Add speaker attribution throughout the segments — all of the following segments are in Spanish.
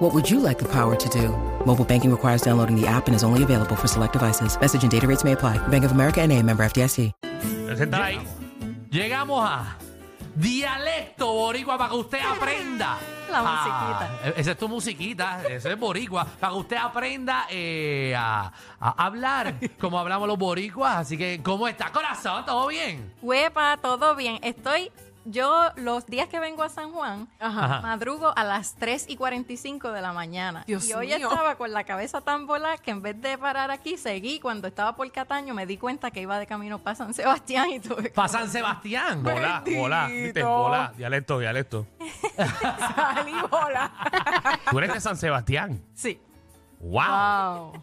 Speaker 1: What would you like the power to do? Mobile banking requires downloading the app and is only available for select devices. Message and data rates may apply. Bank of America and a member FDIC.
Speaker 2: Preséntala ahí.
Speaker 3: Llegamos a Dialecto Boricua para que usted aprenda.
Speaker 4: La
Speaker 3: a- esa es tu musiquita, esa es Boricua. Para que usted aprenda eh, a, a hablar como hablamos los boricuas. Así que, ¿cómo está, corazón? ¿Todo bien?
Speaker 4: Huepa, todo bien. Estoy, yo los días que vengo a San Juan,
Speaker 3: Ajá.
Speaker 4: madrugo a las 3 y 45 de la mañana.
Speaker 5: Dios
Speaker 4: y hoy
Speaker 5: mío.
Speaker 4: estaba con la cabeza tan volada que en vez de parar aquí, seguí. Cuando estaba por Cataño me di cuenta que iba de camino para San Sebastián y tuve que
Speaker 3: Para San Sebastián.
Speaker 2: Volá, volá, viste,
Speaker 5: Bendito.
Speaker 2: volá. Dialecto, dialecto.
Speaker 5: Salí bola.
Speaker 2: Tú eres de San Sebastián.
Speaker 5: Sí.
Speaker 2: Wow.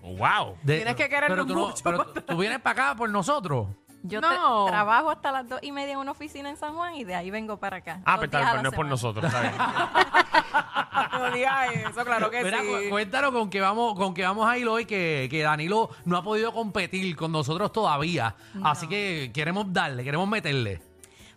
Speaker 5: Wow.
Speaker 2: Wow.
Speaker 3: De-
Speaker 5: Ah. Tienes que querernos
Speaker 3: pero tú no-
Speaker 5: mucho.
Speaker 3: pero tú- tú vienes para acá por nosotros.
Speaker 4: Yo
Speaker 5: No.
Speaker 4: tra- trabajo hasta las dos y media en una oficina en San Juan y de ahí vengo para acá.
Speaker 2: Ah,
Speaker 4: Dos días
Speaker 2: pero tal
Speaker 4: a
Speaker 2: vez
Speaker 4: la
Speaker 2: no es por
Speaker 4: semana.
Speaker 2: nosotros, está bien.
Speaker 5: No digas eso, claro que
Speaker 3: Mira, cu-
Speaker 5: sí.
Speaker 3: cuéntanos con qué vamos, con qué vamos a ir hoy, que, que Danilo no ha podido competir con nosotros todavía. Así que queremos darle, queremos meterle.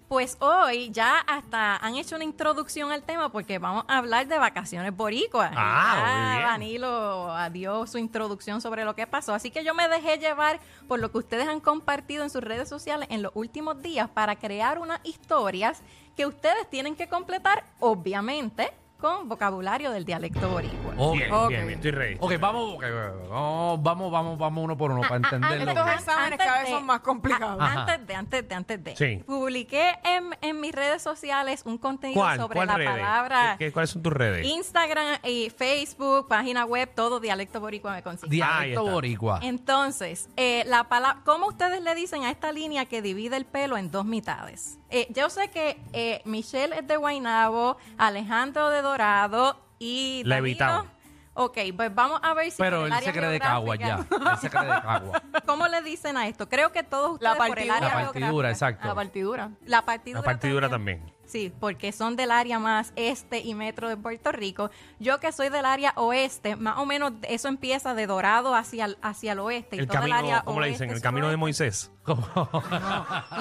Speaker 4: Pues hoy ya hasta han hecho una introducción al tema porque vamos a hablar de vacaciones boricuas.
Speaker 2: Ah, muy bien.
Speaker 4: Danilo adiós su introducción sobre lo que pasó. Así que yo me dejé llevar por lo que ustedes han compartido en sus redes sociales en los últimos días para crear unas historias que ustedes tienen que completar, obviamente, con vocabulario del dialecto boricua.
Speaker 3: Ok.
Speaker 2: Bien,
Speaker 5: Ok.
Speaker 2: bien, bien, estoy ready.
Speaker 3: Ok, vamos, ok, vamos, vamos, vamos, vamos uno por uno para entenderlo.
Speaker 5: Estos
Speaker 4: An-
Speaker 5: exámenes
Speaker 4: antes
Speaker 5: cada
Speaker 4: de-
Speaker 5: vez son más complicados.
Speaker 3: Ajá.
Speaker 4: Ah, Antes de, antes de, antes de.
Speaker 2: Sí.
Speaker 4: Publiqué en, en mis redes sociales un contenido
Speaker 2: ¿Cuál?
Speaker 4: sobre
Speaker 2: ¿Cuál
Speaker 4: la
Speaker 2: redes?
Speaker 4: palabra.
Speaker 2: ¿Qué- qué- ¿Cuáles son tus redes?
Speaker 4: Instagram y Facebook, página web, todo dialecto boricua me consigue.
Speaker 2: Ahí
Speaker 3: Dialecto
Speaker 2: está.
Speaker 3: boricua.
Speaker 4: Entonces, eh, la palabra, ¿cómo ustedes le dicen a esta línea que divide el pelo en dos mitades? Eh, yo sé que eh, Michelle es de Guaynabo, Alejandro de Dorado y
Speaker 2: La
Speaker 4: Danilo-
Speaker 2: evitamos.
Speaker 4: Ok, pues vamos a ver si
Speaker 3: Pero
Speaker 4: por el
Speaker 3: él
Speaker 4: área
Speaker 3: se cree de Cagua ya.
Speaker 4: geográfica-
Speaker 3: Él se cree de Cagua.
Speaker 4: ¿Cómo le dicen a esto? Creo que todos ustedes
Speaker 5: La
Speaker 4: por el
Speaker 5: partidura.
Speaker 4: área
Speaker 3: La partidura,
Speaker 4: geográfica.
Speaker 3: exacto.
Speaker 5: La partidura.
Speaker 4: La partidura,
Speaker 2: La partidura también.
Speaker 4: Sí, porque son del área más este y metro de Puerto Rico. Yo que soy del área oeste, más o menos eso empieza de Dorado hacia el, hacia el oeste. y
Speaker 2: El
Speaker 4: toda el
Speaker 2: camino,
Speaker 4: área
Speaker 2: ¿cómo le dicen?
Speaker 4: oeste,
Speaker 2: El camino de
Speaker 4: suroeste,
Speaker 2: Moisés.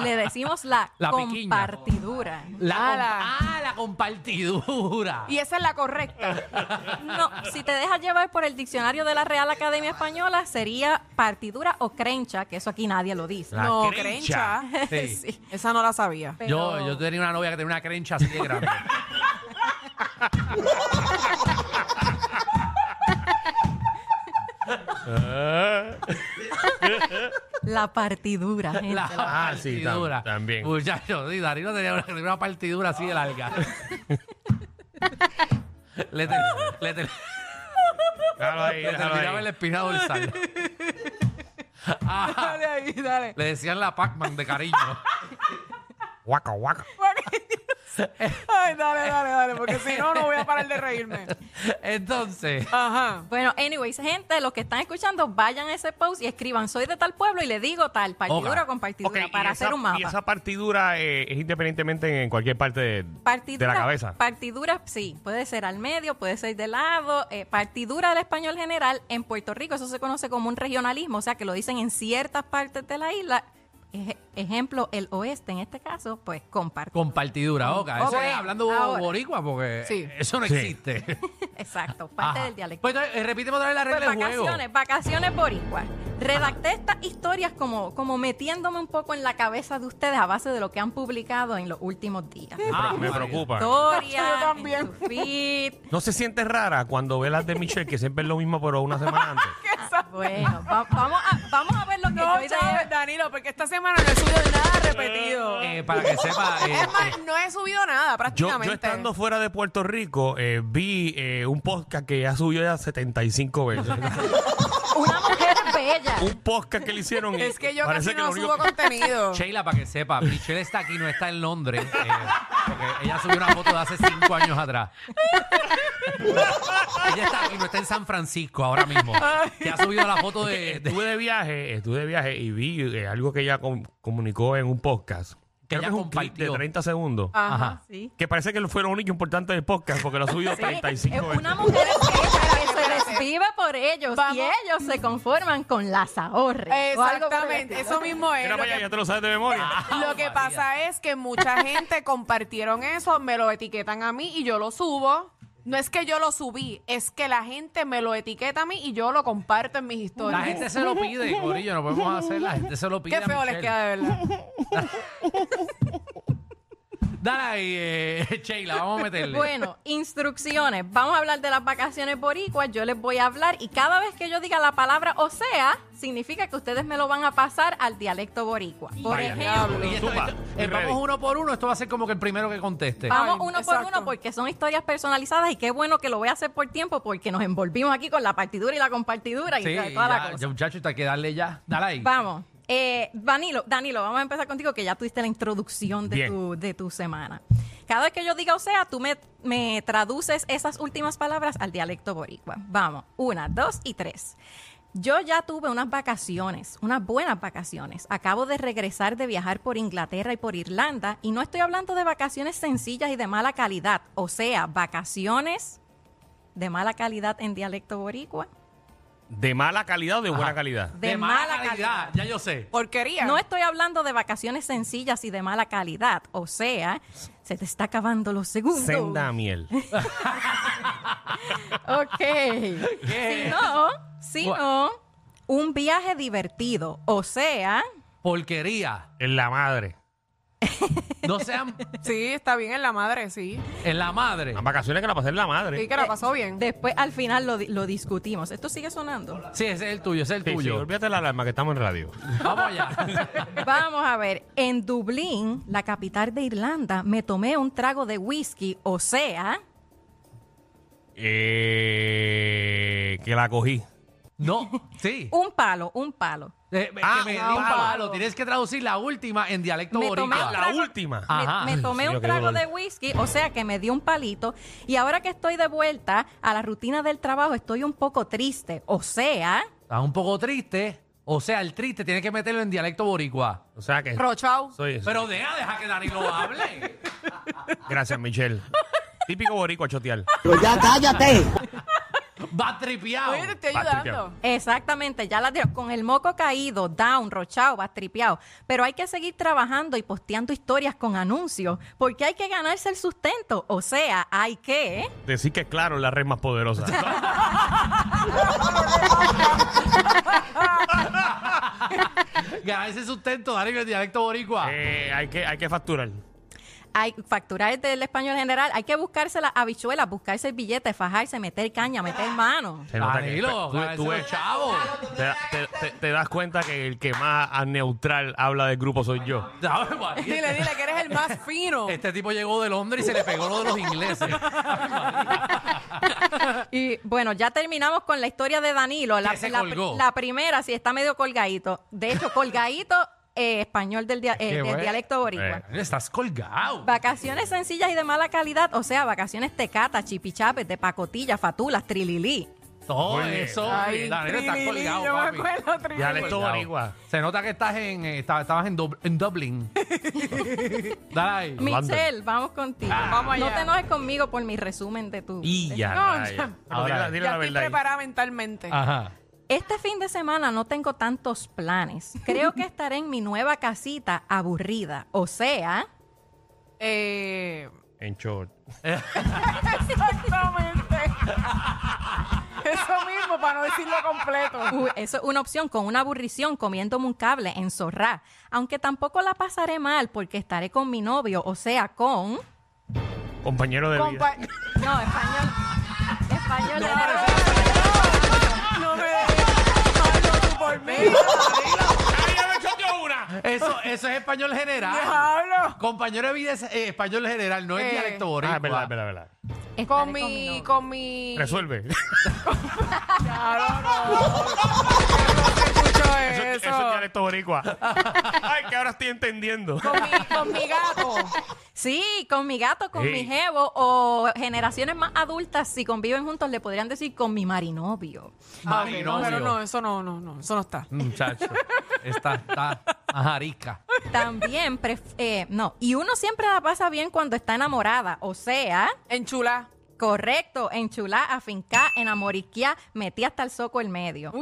Speaker 4: Le decimos la,
Speaker 3: La piquiña.
Speaker 4: compartidura.
Speaker 3: La,
Speaker 5: Ah, la-
Speaker 3: comp- ah, la compartidura.
Speaker 5: Y esa es la correcta.
Speaker 4: Ah, No, si te dejas llevar por el diccionario de la Real Academia Española, sería partidura o crencha, que eso aquí nadie lo dice.
Speaker 2: La
Speaker 5: no,
Speaker 2: crencha.
Speaker 5: crencha.
Speaker 3: Sí.
Speaker 4: Sí,
Speaker 5: Esa no la sabía.
Speaker 3: Yo, yo tenía una novia que tenía una crencha así de grande.
Speaker 2: Ah,
Speaker 4: La partidura, gente.
Speaker 3: La
Speaker 4: la-
Speaker 2: Ah, sí, tam-
Speaker 3: partidura.
Speaker 2: también.
Speaker 3: Muchachos, sí, Danilo tenía una, tenía una partidura así de larga. le, ten- le ten-
Speaker 2: Déjalo ahí,
Speaker 3: le
Speaker 2: déjalo
Speaker 3: terminaba en la
Speaker 2: ahí.
Speaker 3: espina dorsal. Ah,
Speaker 5: Dale ahí, dale.
Speaker 3: le decían la Pac-Man de cariño.
Speaker 2: Guaca, guaca.
Speaker 5: Ay, dale, dale, dale, porque si no, no voy a parar de reírme.
Speaker 3: Entonces,
Speaker 5: Ajá.
Speaker 4: Bueno, anyways, gente, los que están escuchando, vayan a ese post y escriban, soy de tal pueblo y le digo tal, partidura
Speaker 3: Oga.
Speaker 4: o compartidura,
Speaker 2: Ok, y
Speaker 4: para
Speaker 2: esa-
Speaker 4: hacer un mapa.
Speaker 2: Y esa partidura eh, es independientemente en cualquier parte de, de
Speaker 4: Partidura,
Speaker 2: la cabeza.
Speaker 4: Partidura, sí, puede ser al medio, puede ser de lado. eh, partidura del español general en Puerto Rico, eso se conoce como un regionalismo, o sea que lo dicen en ciertas partes de la isla. Ej- ejemplo, el oeste, en este caso, pues compartir.
Speaker 3: con partidura, oca. Eso
Speaker 5: Ok,
Speaker 3: es hablando bo-
Speaker 4: ahora.
Speaker 3: boricua porque
Speaker 5: Sí.
Speaker 3: eso no
Speaker 2: Sí.
Speaker 3: existe.
Speaker 4: Exacto, parte
Speaker 3: Ajá.
Speaker 4: del dialecto.
Speaker 3: Pues entonces, eh, repíteme otra vez la
Speaker 4: Pues,
Speaker 3: regla del juego.
Speaker 4: vacaciones, vacaciones boricua. Redacté estas historias como, como metiéndome un poco en la cabeza de ustedes a base de lo que han publicado en los últimos días.
Speaker 3: Ah,
Speaker 2: me
Speaker 3: María.
Speaker 2: preocupa.
Speaker 4: Historias,
Speaker 5: Yo
Speaker 4: en
Speaker 5: también.
Speaker 4: su feed.
Speaker 2: ¿No se siente rara cuando ves las de Michelle, que siempre es lo mismo, pero una semana antes?
Speaker 4: Bueno, va- vamos, a, vamos a ver lo que
Speaker 5: No,
Speaker 4: yo ideé.
Speaker 5: Chávez, Danilo, porque esta semana no he subido nada repetido.
Speaker 3: Eh, para que sepa. eh,
Speaker 5: es más, no he subido nada
Speaker 2: Yo,
Speaker 5: prácticamente.
Speaker 2: yo estando fuera de Puerto Rico, eh, vi eh, un podcast que ya subió ya 75 veces.
Speaker 4: Una mujer bella.
Speaker 2: un podcast que le hicieron. y
Speaker 5: es que yo
Speaker 2: parece
Speaker 5: casi no
Speaker 2: lo único
Speaker 5: subo
Speaker 2: que-
Speaker 5: contenido.
Speaker 3: Sheila, para que sepa, Michelle está aquí, no está en Londres. eh, porque ella subió una foto de hace cinco años atrás. Ella está aquí, no está en San Francisco ahora mismo. Que ha subido la foto de. de-
Speaker 2: Estuve de viaje, estuve de viaje y vi eh, algo que ella com- comunicó en un podcast. Creo que
Speaker 3: ella
Speaker 2: es un clip de
Speaker 3: compartió.
Speaker 2: 30 segundos.
Speaker 5: Ah.
Speaker 4: Ajá,
Speaker 3: Ajá.
Speaker 4: sí.
Speaker 2: Que parece que fue lo único importante del podcast porque lo ha subido
Speaker 4: Sí,
Speaker 2: 35
Speaker 4: es
Speaker 2: veces.
Speaker 4: Eh, una mujer que, que se desvive por ellos y
Speaker 5: Vamos.
Speaker 4: ellos se conforman con las ahorres. o algo por el
Speaker 5: Exactamente,
Speaker 4: estilo.
Speaker 5: eso mismo es.
Speaker 2: Mira
Speaker 5: Lo
Speaker 2: para allá,
Speaker 5: que,
Speaker 2: ya te lo sabes de memoria.
Speaker 5: lo que pasa es que mucha gente compartieron eso, me lo etiquetan a mí y yo lo subo. No es que yo lo subí, es que la gente me lo etiqueta a mí y yo lo comparto en mis historias.
Speaker 3: La gente se lo pide, Corillo, no podemos hacer. La gente se lo pide.
Speaker 5: Qué
Speaker 3: a
Speaker 5: feo les
Speaker 3: Michelle.
Speaker 5: queda de verdad.
Speaker 3: Dale ahí, eh, Sheila, vamos a meterle.
Speaker 4: Bueno, instrucciones. Vamos a hablar de las vacaciones boricuas. Yo les voy a hablar y cada vez que yo diga la palabra o sea, significa que ustedes me lo van a pasar al dialecto boricua. Por
Speaker 2: Vaya,
Speaker 4: ejemplo,
Speaker 3: Y esto-
Speaker 2: Zumba,
Speaker 3: esto-
Speaker 2: estoy
Speaker 3: eh, vamos
Speaker 2: ready.
Speaker 3: uno por uno, esto va a ser como que el primero que conteste.
Speaker 4: vamos
Speaker 5: Ay,
Speaker 4: uno por
Speaker 5: exacto.
Speaker 4: uno porque son historias personalizadas y qué bueno que lo voy a hacer por tiempo porque nos envolvimos aquí con la partidura y la compartidura y
Speaker 3: sí,
Speaker 4: toda la
Speaker 3: ya,
Speaker 4: cosa.
Speaker 3: ya, muchacho, está que darle ya. Dale ahí.
Speaker 4: Vamos. Eh, Danilo, Danilo, vamos a empezar contigo que ya tuviste la introducción de
Speaker 2: Bien.
Speaker 4: tu, de tu semana. Cada vez que yo diga o sea, tú me, me traduces esas últimas palabras al dialecto boricua. Vamos, una, dos y tres. Yo ya tuve unas vacaciones, unas buenas vacaciones. Acabo de regresar de viajar por Inglaterra y por Irlanda y no estoy hablando de vacaciones sencillas y de mala calidad. O sea, vacaciones de mala calidad en dialecto boricua.
Speaker 2: ¿De mala calidad o de buena
Speaker 3: Ajá.
Speaker 2: calidad?
Speaker 4: De mala calidad.
Speaker 3: Ya yo sé.
Speaker 5: Porquería.
Speaker 4: No estoy hablando de vacaciones sencillas y de mala calidad. O sea, se te está acabando los segundos.
Speaker 2: Senda miel.
Speaker 4: Ok. Si no, si
Speaker 3: Gua-
Speaker 4: no, un viaje divertido. O sea,
Speaker 3: Porquería.
Speaker 2: En la madre.
Speaker 3: No sean
Speaker 5: Sí, está bien en la madre, sí.
Speaker 3: en la madre.
Speaker 2: Las vacaciones que la pasé en la madre.
Speaker 5: Sí, que la pasó bien.
Speaker 4: después al final lo, di- lo discutimos. Esto sigue sonando.
Speaker 3: Sí, ese es el tuyo, ese es el
Speaker 2: Sí, sí,
Speaker 3: tuyo.
Speaker 2: olvídate de la alarma que estamos en radio.
Speaker 3: Vamos allá.
Speaker 4: Vamos a ver. En Dublín, la capital de Irlanda, me tomé un trago de whisky. O sea,
Speaker 2: Eh, que la cogí.
Speaker 3: No, sí.
Speaker 4: un palo, un palo.
Speaker 3: Eh, que
Speaker 2: Ah,
Speaker 3: me di
Speaker 2: ah,
Speaker 3: un
Speaker 2: ah.
Speaker 3: palo. Tienes que traducir la última en dialecto
Speaker 4: Me tomé
Speaker 3: boricua.
Speaker 4: un
Speaker 2: La última.
Speaker 3: Ah.
Speaker 4: Me-
Speaker 3: Ajá.
Speaker 4: Me, tomé
Speaker 2: Dios,
Speaker 4: un
Speaker 2: qué
Speaker 4: trago
Speaker 2: dolor.
Speaker 4: de whisky, o sea que me dio un palito. Y ahora que estoy de vuelta a la rutina del trabajo, estoy un poco triste. O sea,
Speaker 3: Estás un poco triste. O sea, el triste tienes que meterlo en dialecto boricua.
Speaker 2: O sea que.
Speaker 5: Rochao.
Speaker 2: Soy,
Speaker 3: Pero deja, deja que Dani lo hable.
Speaker 2: Gracias, Michelle. Típico boricua chotear.
Speaker 6: Pues ya cállate.
Speaker 3: Va tripeado.
Speaker 5: Oye, te estoy
Speaker 2: Patrick,
Speaker 5: ayudando.
Speaker 4: exactamente, ya la dio. Con el moco caído, down, rochado, bastripeado. Pero hay que seguir trabajando y posteando historias con anuncios, porque hay que ganarse el sustento. O sea, hay que.
Speaker 2: Decir que, claro, es la red más poderosa.
Speaker 3: Gana ese sustento, Dani, en el dialecto boricua.
Speaker 2: Eh, hay, que, hay que facturar.
Speaker 4: Hay facturar del español general, hay que buscarse las habichuelas, buscarse el billete, fajarse, meter caña, meter mano.
Speaker 5: Ah,
Speaker 2: Se nota que-
Speaker 3: Danilo,
Speaker 2: tú-
Speaker 3: gana
Speaker 2: tú-
Speaker 3: ese chavo.
Speaker 2: te, da- te- te- te das cuenta que el que más a neutral habla del grupo soy yo.
Speaker 5: Dile, dile que eres el más fino.
Speaker 3: Este tipo llegó de Londres y se le pegó lo de los ingleses.
Speaker 4: Y bueno, ya terminamos con la historia de Danilo. La,
Speaker 3: Que se
Speaker 4: la-
Speaker 3: colgó.
Speaker 4: la primera sí está medio colgadito. De hecho, colgadito eh, español del, dia- eh,
Speaker 3: Qué
Speaker 4: del
Speaker 3: bueno.
Speaker 4: dialecto boricua.
Speaker 2: Eh.
Speaker 3: Estás colgado.
Speaker 4: Vacaciones sencillas y de mala calidad, o sea, vacaciones tecata, chipichapes, de pacotilla, fatulas, trililí.
Speaker 3: Todo
Speaker 2: Oye.
Speaker 3: eso.
Speaker 5: Ay,
Speaker 3: Dani, estás
Speaker 5: Trilili,
Speaker 3: colgado,
Speaker 5: yo
Speaker 3: papi.
Speaker 5: me acuerdo, Trilili.
Speaker 2: Dialecto
Speaker 3: Colgado.
Speaker 2: boricua.
Speaker 3: Pues, Se nota que estás en, eh, esta- estabas en, Dub- en Dublín. Dale ahí.
Speaker 2: Orlando.
Speaker 4: Michelle, vamos contigo.
Speaker 3: Ah.
Speaker 5: Vamos
Speaker 4: no
Speaker 5: allá.
Speaker 4: te enojes conmigo por mi resumen de tu...
Speaker 2: Y ya.
Speaker 5: No,
Speaker 2: rayos.
Speaker 5: ya.
Speaker 2: Pero
Speaker 3: Ahora,
Speaker 2: dile la- dile
Speaker 5: ya estoy
Speaker 2: la verdad ahí. Ah.
Speaker 5: preparada mentalmente.
Speaker 3: Ajá.
Speaker 4: Este fin de semana no tengo tantos planes. Creo que estaré en mi nueva casita aburrida, o sea...
Speaker 5: Eh,
Speaker 2: En short.
Speaker 5: exactamente. Eso mismo, para no decirlo completo.
Speaker 4: U- Eso es una opción con una aburrición comiéndome un cable en Zorra. Aunque tampoco la pasaré mal porque estaré con mi novio, o sea, con.
Speaker 2: Compañero de vida.
Speaker 5: Compa-
Speaker 4: No, español. Español. era-
Speaker 5: no me dejes tú por mí. Danilo.
Speaker 2: ¡Ay, ya me choteó una!
Speaker 3: Eso, eso es español general.
Speaker 5: Hablo.
Speaker 3: Compañero de vida es eh, español general, no es
Speaker 5: Eh.
Speaker 3: dialecto
Speaker 2: Ah,
Speaker 3: boricua.
Speaker 2: es verdad, es verdad, es verdad.
Speaker 4: estaré
Speaker 5: Con
Speaker 4: novio.
Speaker 5: mi, con mi.
Speaker 2: Resuelve.
Speaker 5: Claro, no. No se escuchó
Speaker 2: Eso, es-
Speaker 5: eso.
Speaker 2: eso es dialecto boricua. Ay, que ahora estoy entendiendo.
Speaker 5: Con mi, con mi gato.
Speaker 4: Sí, con mi gato, con
Speaker 2: Sí.
Speaker 4: mi jevo o generaciones más adultas, si conviven juntos, le podrían decir con mi marinovio.
Speaker 5: Ah, ok, no,
Speaker 3: Marinovio.
Speaker 5: pero no, eso no, no, no, eso no está.
Speaker 3: Muchacho, está, está ajarica.
Speaker 4: También, pref- eh, no, y uno siempre la pasa bien cuando está enamorada, o sea,
Speaker 5: Enchula.
Speaker 4: correcto, enchulá, afincar, enamoriquear, metí hasta el soco el medio.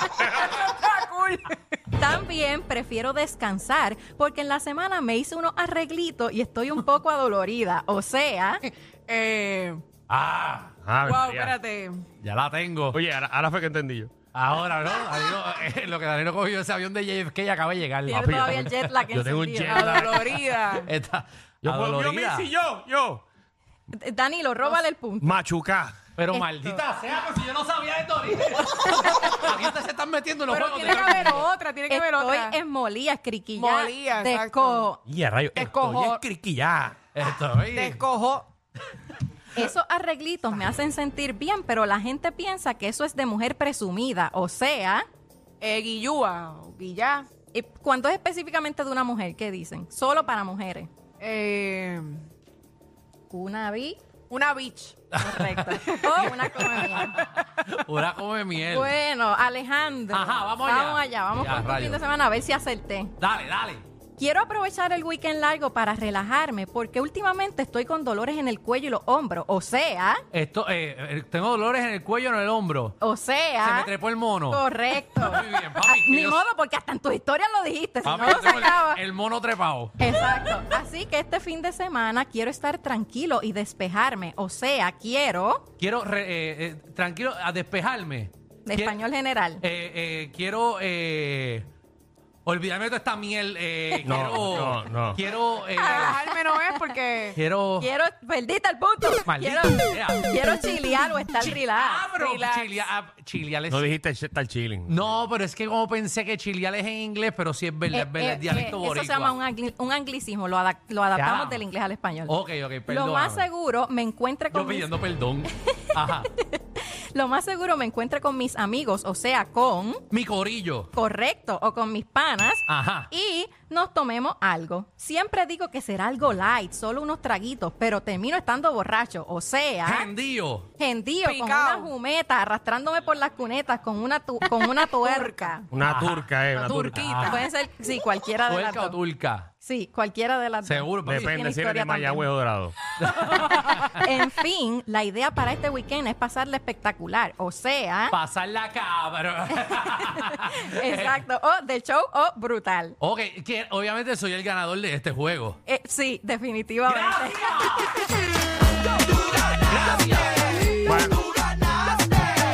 Speaker 5: Está cool.
Speaker 4: También prefiero descansar porque en la semana me hice unos arreglitos y estoy un poco adolorida, o sea,
Speaker 5: Eh,
Speaker 3: Ah,
Speaker 2: Ah,
Speaker 5: wow,
Speaker 2: María.
Speaker 5: espérate.
Speaker 3: ya la tengo.
Speaker 2: Oye, ahora, ahora fue que entendí yo.
Speaker 3: Ahora, ¿no? Danilo, eh, lo que Danilo cogió ese avión de JFK y acaba de llegar. Ah, pues, Papi,
Speaker 4: tiene todavía el jet lag
Speaker 2: yo tengo un
Speaker 4: encendido.
Speaker 2: jet
Speaker 5: Adolorida.
Speaker 3: Está
Speaker 2: Yo, puedo- yo,
Speaker 3: adolorida.
Speaker 2: Missy, yo, yo.
Speaker 4: D- Danilo, róbale el punto.
Speaker 2: Machuca.
Speaker 3: Pero
Speaker 4: Esto.
Speaker 3: maldita sea, pues si yo no sabía esto. ni- Aquí ustedes se están metiendo en los
Speaker 5: Pero
Speaker 3: juegos
Speaker 5: tiene
Speaker 3: de
Speaker 5: que
Speaker 3: todo el
Speaker 5: haber
Speaker 3: mundo.
Speaker 5: otra, tiene que haber otra.
Speaker 4: Estoy en molía, escriquillá,
Speaker 5: Molía,
Speaker 4: desco-
Speaker 5: exacto.
Speaker 2: Y a rayo. Esto
Speaker 5: Escojo-
Speaker 2: es criquillá.
Speaker 3: Estoy-
Speaker 5: Descojo.
Speaker 4: Esos arreglitos me hacen sentir bien, pero la gente piensa que eso es de mujer presumida, o sea,
Speaker 5: Eh, guillúa. o Guillá.
Speaker 4: eh, cuando es específicamente de una mujer, ¿qué dicen? Solo para mujeres.
Speaker 5: Eh,
Speaker 4: Una vi,
Speaker 5: una bitch.
Speaker 4: correcto. o una economía.
Speaker 3: Una come miel.
Speaker 4: Bueno, Alejandro.
Speaker 3: Ajá, vamos allá.
Speaker 4: Vamos allá, vamos
Speaker 3: Ya,
Speaker 4: con tu
Speaker 3: rayos.
Speaker 4: fin de semana a ver si acerté.
Speaker 3: Dale, dale.
Speaker 4: Quiero aprovechar el weekend largo para relajarme porque últimamente estoy con dolores en el cuello y los hombros. O sea,
Speaker 3: Esto, eh, eh, tengo dolores en el cuello, en el hombro.
Speaker 4: o
Speaker 3: Se me
Speaker 4: sea.
Speaker 3: trepó el mono.
Speaker 4: correcto.
Speaker 3: Muy bien, papi,
Speaker 4: Ah,
Speaker 3: que
Speaker 4: Ni
Speaker 3: yo-
Speaker 4: modo, porque hasta en tu historia lo dijiste. Si
Speaker 3: Papi,
Speaker 4: no,
Speaker 3: yo
Speaker 4: no se
Speaker 3: tengo Ah, el-
Speaker 4: acaba.
Speaker 3: el mono trepado.
Speaker 4: Exacto. Así que este fin de semana quiero estar tranquilo y despejarme. O sea, quiero,
Speaker 3: Quiero, re- eh, eh, tranquilo, a despejarme.
Speaker 4: de
Speaker 3: Quiero-
Speaker 4: español general.
Speaker 3: eh, eh, quiero eh, olvidarme de toda esta miel. eh,
Speaker 2: No,
Speaker 3: quiero,
Speaker 2: no, no.
Speaker 3: Quiero, eh,
Speaker 5: Relajarme no es porque.
Speaker 3: quiero.
Speaker 4: Quiero, perdiste el punto.
Speaker 3: oh. Maldita sea.
Speaker 4: Quiero, quiero chilear o estar
Speaker 3: Ah,
Speaker 4: relajado.
Speaker 3: pero
Speaker 5: relax.
Speaker 3: chilia- ah, chiliales.
Speaker 2: No dijiste ch- tal chilling.
Speaker 3: No, pero es que como pensé que chiliales en inglés, pero sí es verdad,
Speaker 4: Eh,
Speaker 3: es verdad,
Speaker 4: eh,
Speaker 3: es dialecto
Speaker 4: eh,
Speaker 3: boricua.
Speaker 4: Eso se llama un, angli- un anglicismo, lo, adap- lo adaptamos
Speaker 3: Ya.
Speaker 4: del inglés al español.
Speaker 3: Ok, ok,
Speaker 4: Lo
Speaker 3: perdóname.
Speaker 4: más seguro me encuentre
Speaker 3: Yo
Speaker 4: con mis,
Speaker 3: pidiendo perdón. Ajá.
Speaker 4: lo más seguro me encuentre con mis amigos, o sea, con
Speaker 3: Mi corillo.
Speaker 4: correcto o con mis panas
Speaker 3: Ajá.
Speaker 4: y nos tomemos algo. Siempre digo que será algo light, solo unos traguitos, pero termino estando borracho, o sea,
Speaker 3: Gendío.
Speaker 4: gendío con
Speaker 5: Picao.
Speaker 4: una jumeta arrastrándome por las cunetas con una tu- con una tuerca.
Speaker 2: Una
Speaker 3: Ajá.
Speaker 2: turca, eh. Una turca.
Speaker 5: Turquita.
Speaker 4: Pueden ser sí, cualquiera de las
Speaker 3: Tuerca o
Speaker 4: dos.
Speaker 3: turca.
Speaker 4: Sí, cualquiera de las dos.
Speaker 3: Seguro, papi.
Speaker 2: Depende
Speaker 4: Tiene
Speaker 2: si eres
Speaker 4: historia
Speaker 2: de Mayagüez o Dorado.
Speaker 4: En fin, la idea para este weekend es pasarla espectacular. O sea,
Speaker 3: Pasar la cabra.
Speaker 4: exacto, o del show o brutal.
Speaker 3: ok, que obviamente soy el ganador de este juego.
Speaker 4: Eh, sí, definitivamente.
Speaker 2: Bueno,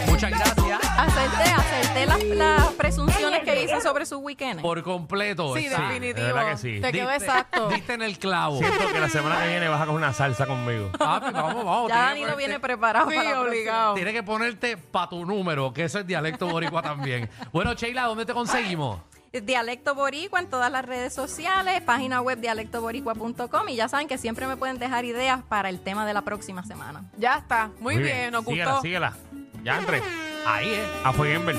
Speaker 3: Muchas gracias
Speaker 4: Acerté, acerté las, las presunciones que hice sobre sus weekends.
Speaker 3: por completo. este
Speaker 5: Sí,
Speaker 3: Exacto.
Speaker 5: definitivo.
Speaker 2: de verdad que sí.
Speaker 5: Te quedó
Speaker 3: Diste-
Speaker 5: exacto.
Speaker 3: Diste en el clavo.
Speaker 2: siento que la semana que viene vas a coger una salsa conmigo.
Speaker 3: Papi, vamos, vamos.
Speaker 4: ya
Speaker 3: tiene que
Speaker 4: Danilo
Speaker 3: ponerte-
Speaker 4: viene preparado
Speaker 5: Sí,
Speaker 4: para la
Speaker 5: obligado.
Speaker 3: Tiene que ponerte pa' tu número, que eso es dialecto boricua también. Bueno, Sheila, ¿dónde te conseguimos?
Speaker 4: próxima. Dialecto Boricua en todas las redes sociales, página web dialectoboricua.com y ya saben que siempre me pueden dejar ideas para el tema de la próxima semana.
Speaker 5: Ya está. Muy, bien, nos
Speaker 2: síguela,
Speaker 5: gustó.
Speaker 2: Síguela, Ya entre.
Speaker 3: Ahí es.
Speaker 2: A Fueguenberg.